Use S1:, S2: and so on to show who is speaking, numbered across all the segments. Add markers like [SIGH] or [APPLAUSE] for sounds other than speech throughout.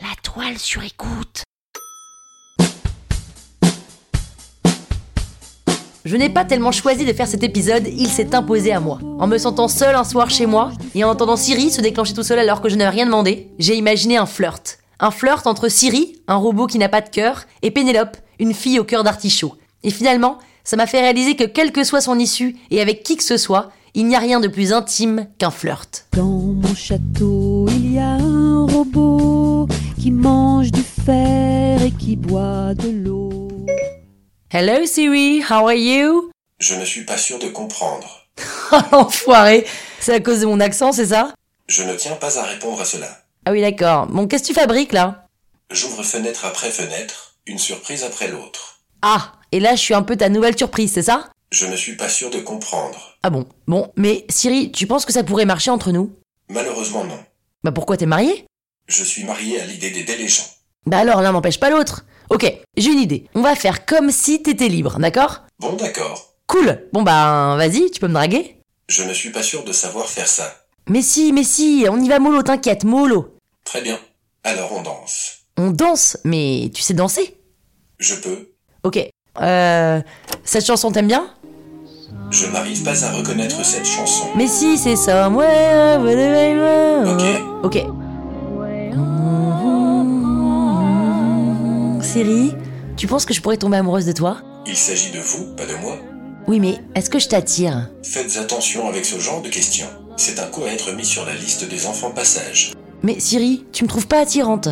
S1: La toile sur écoute. Je n'ai pas tellement choisi de faire cet épisode, il s'est imposé à moi. En me sentant seule un soir chez moi et en entendant Siri se déclencher tout seul alors que je n'avais rien demandé, j'ai imaginé un flirt. Un flirt entre Siri, un robot qui n'a pas de cœur, et Pénélope, une fille au cœur d'artichaut. Et finalement, ça m'a fait réaliser que quelle que soit son issue et avec qui que ce soit, il n'y a rien de plus intime qu'un flirt.
S2: Dans mon château, il y a un robot qui mange du fer et qui boit de l'eau.
S1: Hello Siri, how are you?
S3: Je ne suis pas sûr de comprendre.
S1: Oh l'enfoiré C'est à cause de mon accent, c'est ça
S3: Je ne tiens pas à répondre à cela.
S1: Ah oui, d'accord. Bon, qu'est-ce que tu fabriques là
S3: J'ouvre fenêtre après fenêtre, une surprise après l'autre.
S1: Ah, et là, je suis un peu ta nouvelle surprise, c'est ça
S3: Je ne suis pas sûr de comprendre.
S1: Ah bon Bon, mais Siri, tu penses que ça pourrait marcher entre nous
S3: Malheureusement non.
S1: Bah pourquoi t'es mariée
S3: Je suis marié à l'idée d'aider les gens.
S1: Bah alors, l'un n'empêche pas l'autre. Ok, j'ai une idée. On va faire comme si t'étais libre, d'accord
S3: Bon d'accord.
S1: Cool Bon bah, vas-y, tu peux me draguer
S3: Je ne suis pas sûr de savoir faire ça.
S1: Mais si, mais si, on y va mollo, t'inquiète, mollo.
S3: Très bien. Alors on danse.
S1: On danse, mais tu sais danser
S3: Je peux.
S1: Ok. Euh... Cette chanson, t'aimes bien
S3: Je n'arrive pas à reconnaître cette chanson.
S1: Mais si, c'est Somewhere over the
S3: Ok.
S1: Ok. Siri, tu penses que je pourrais tomber amoureuse de toi
S3: Il s'agit de vous, pas de moi.
S1: Oui, mais est-ce que je t'attire
S3: Faites attention avec ce genre de questions. C'est un coup à être mis sur la liste des enfants passage.
S1: Mais Siri, tu me trouves pas attirante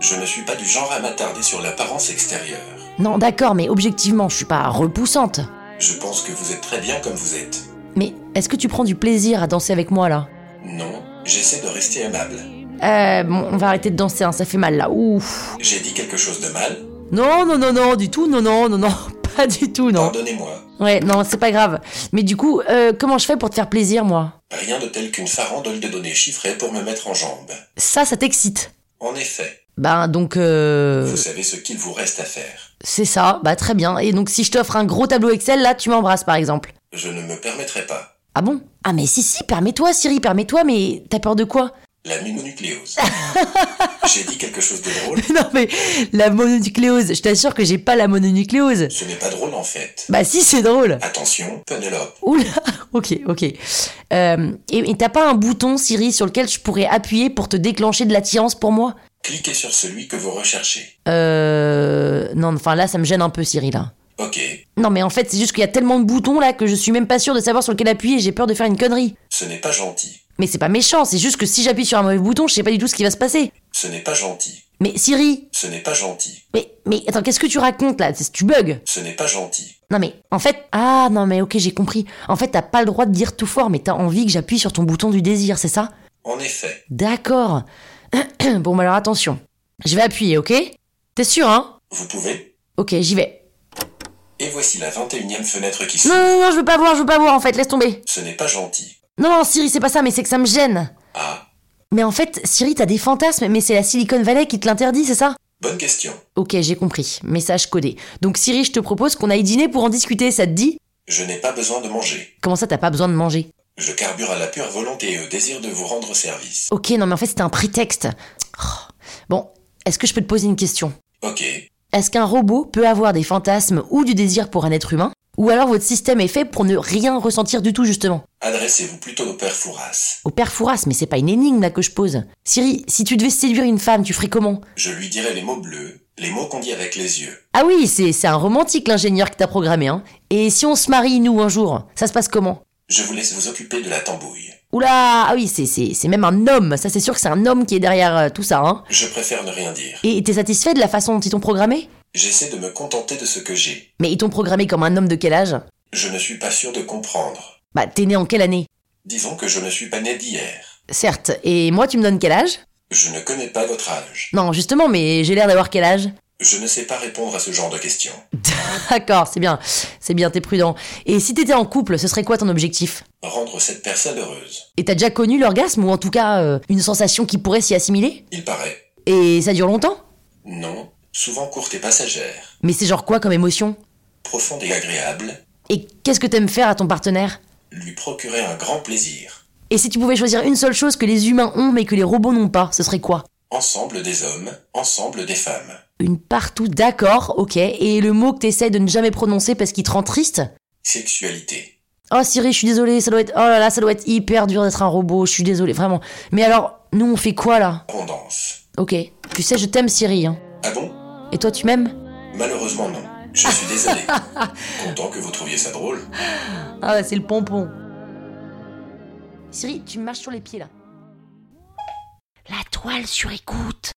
S3: Je ne suis pas du genre à m'attarder sur l'apparence extérieure.
S1: Non, d'accord, mais objectivement, je suis pas repoussante.
S3: Je pense que vous êtes très bien comme vous êtes.
S1: Mais est-ce que tu prends du plaisir à danser avec moi là
S3: Non, j'essaie de rester aimable.
S1: Euh, bon, on va arrêter de danser, hein, ça fait mal là. Ouf.
S3: J'ai dit quelque chose de mal
S1: Non, non, non, non, du tout, non, non, non, [LAUGHS] non, pas du tout, non.
S3: Pardonnez-moi.
S1: Ouais, non, c'est pas grave. Mais du coup, euh, comment je fais pour te faire plaisir, moi
S3: Rien de tel qu'une farandole de données chiffrées pour me mettre en jambe.
S1: Ça, ça t'excite.
S3: En effet,
S1: Ben, donc, euh,
S3: vous savez ce qu'il vous reste à faire.
S1: c'est ça, bah très bien. Et donc, si je t'offre un gros tableau Excel, là, tu m'embrasses, par exemple.
S3: Je ne me permettrai pas.
S1: Ah bon Ah, mais si, si, permets-toi, Siri, permets-toi, mais t'as peur de quoi
S3: La
S1: [LAUGHS]
S3: mononucléose. J'ai dit quelque chose de drôle
S1: Non, mais la mononucléose, je t'assure que j'ai pas la mononucléose.
S3: Ce n'est pas drôle en fait.
S1: Bah si, c'est drôle.
S3: Attention, Penelope.
S1: Oula, ok, ok. Euh, et et t'as pas un bouton, Siri, sur lequel je pourrais appuyer pour te déclencher de l'attirance pour moi
S3: Cliquez sur celui que vous recherchez.
S1: Euh... Non, enfin là, ça me gêne un peu, Siri, là.
S3: Ok,
S1: Non, mais en fait, c'est juste qu'il y a tellement de boutons, là, que je suis même pas sûre de savoir sur lequel appuyer, j'ai peur de faire une connerie.
S3: ce n'est pas gentil.
S1: Mais c'est pas méchant, c'est juste que si j'appuie sur un mauvais bouton, je sais pas du tout ce qui va se passer.
S3: Ce n'est pas gentil.
S1: Mais Siri
S3: Ce n'est pas gentil.
S1: Mais, mais attends, qu'est-ce que tu racontes, là C'est- Tu bugs
S3: Ce n'est pas gentil.
S1: Non mais, en fait... Ah, non mais ok, j'ai compris. En fait, t'as pas le droit de dire tout fort, mais t'as envie que j'appuie sur ton bouton du désir, c'est ça
S3: En effet,
S1: D'accord. [CLEARS THROAT] bon, bah alors attention. Je vais appuyer, ok T'es sûr, hein
S3: vous pouvez.
S1: Ok, j'y vais.
S3: Et voici la 21e fenêtre qui
S1: Non,
S3: s'ouvre.
S1: non, non, je veux pas voir, je veux pas voir, en fait, laisse tomber.
S3: Ce n'est pas gentil.
S1: Non, non, Siri, c'est pas ça, mais c'est que ça me gêne.
S3: Ah,
S1: Mais en fait, Siri, t'as des fantasmes, mais c'est la Silicon Valley qui te l'interdit, c'est ça
S3: bonne question.
S1: Ok, j'ai compris. Message codé. Donc, Siri, je te propose qu'on aille dîner pour en discuter, ça te dit
S3: Je n'ai pas besoin de manger.
S1: Comment ça, t'as pas besoin de manger
S3: Je carbure à la pure volonté et au désir de vous rendre service.
S1: Ok, non, mais en fait, c'était un prétexte. Oh. Bon, est-ce que je peux te poser une question
S3: Ok,
S1: Est-ce qu'un robot peut avoir des fantasmes ou du désir pour un être humain
S4: Ou alors votre système est fait pour ne rien ressentir du tout justement.
S3: Adressez-vous plutôt au père Fouras.
S4: Au père Fouras, mais c'est pas une énigme là que je pose. Siri, si tu devais séduire une femme, tu ferais comment
S3: Je lui dirai les mots bleus, les mots qu'on dit avec les yeux.
S4: Ah oui, c'est c'est un romantique l'ingénieur qui t'a programmé, hein. Et si on se marie, nous, un jour, ça se passe comment
S3: Je vous laisse vous occuper de la tambouille.
S4: Oula, ah oui, c'est- c'est c'est même un homme, ça c'est sûr que c'est un homme qui est derrière euh, tout ça, hein.
S3: Je préfère ne rien dire.
S4: Et t'es satisfait de la façon dont ils t'ont programmé
S3: J'essaie de me contenter de ce que j'ai.
S4: Mais ils t'ont programmé comme un homme de quel âge
S3: Je ne suis pas sûr de comprendre.
S4: Bah, t'es né en quelle année
S3: Disons que je ne suis pas né d'hier.
S4: Certes, et moi tu me donnes quel âge
S3: Je ne connais pas votre âge.
S4: Non, justement, mais j'ai l'air d'avoir quel âge [LAUGHS]
S3: Je ne sais pas répondre à ce genre de questions.
S4: D'accord, c'est bien, c'est bien, t'es prudent. Et si t'étais en couple, ce serait quoi ton objectif
S3: Rendre cette personne heureuse.
S4: Et t'as déjà connu l'orgasme, ou en tout cas, euh, une sensation qui pourrait s'y assimiler
S3: Il paraît.
S4: Et ça dure longtemps
S3: Non. Souvent courte et passagère.
S4: Mais c'est genre quoi comme émotion
S3: Profonde et agréable.
S4: Et qu'est-ce que t'aimes faire à ton partenaire
S3: Lui procurer un grand plaisir.
S4: Et si tu pouvais choisir une seule chose que les humains ont mais que les robots n'ont pas, ce serait quoi
S3: Ensemble des hommes, ensemble des femmes.
S4: Une partout, d'accord, ok. Et le mot que t'essayes de ne jamais prononcer parce qu'il te rend triste
S3: Sexualité.
S4: Oh Siri, je suis désolée, ça doit être... Oh là là, ça doit être hyper dur d'être un robot, je suis désolée, vraiment. Mais alors, nous on fait quoi là
S3: On danse.
S4: Ok. Tu sais, je t'aime Siri, hein.
S3: Ah bon
S4: Et toi tu m'aimes
S3: Malheureusement non. Je suis désolé. Content que vous trouviez ça drôle.
S4: Ah ouais, c'est le pompon. Siri, tu me marches sur les pieds là. La toile sur écoute